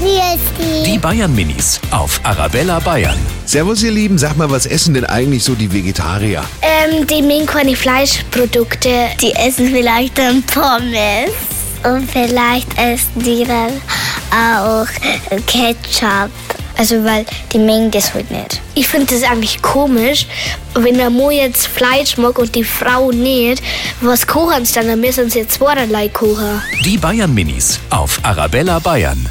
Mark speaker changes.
Speaker 1: Wie ist
Speaker 2: Die Bayern Minis auf Arabella Bayern.
Speaker 3: Servus, ihr Lieben. Sag mal, was essen denn eigentlich so die Vegetarier?
Speaker 1: Ähm, die mögen keine Fleischprodukte. Die essen vielleicht dann Pommes. Und vielleicht essen die dann auch Ketchup. Also, weil die mengen das halt nicht. Ich finde das eigentlich komisch, wenn der Mann jetzt Fleisch mag und die Frau nicht. Was kochen sie dann? Dann müssen sie zweierlei kochen.
Speaker 2: Die Bayern Minis auf Arabella Bayern.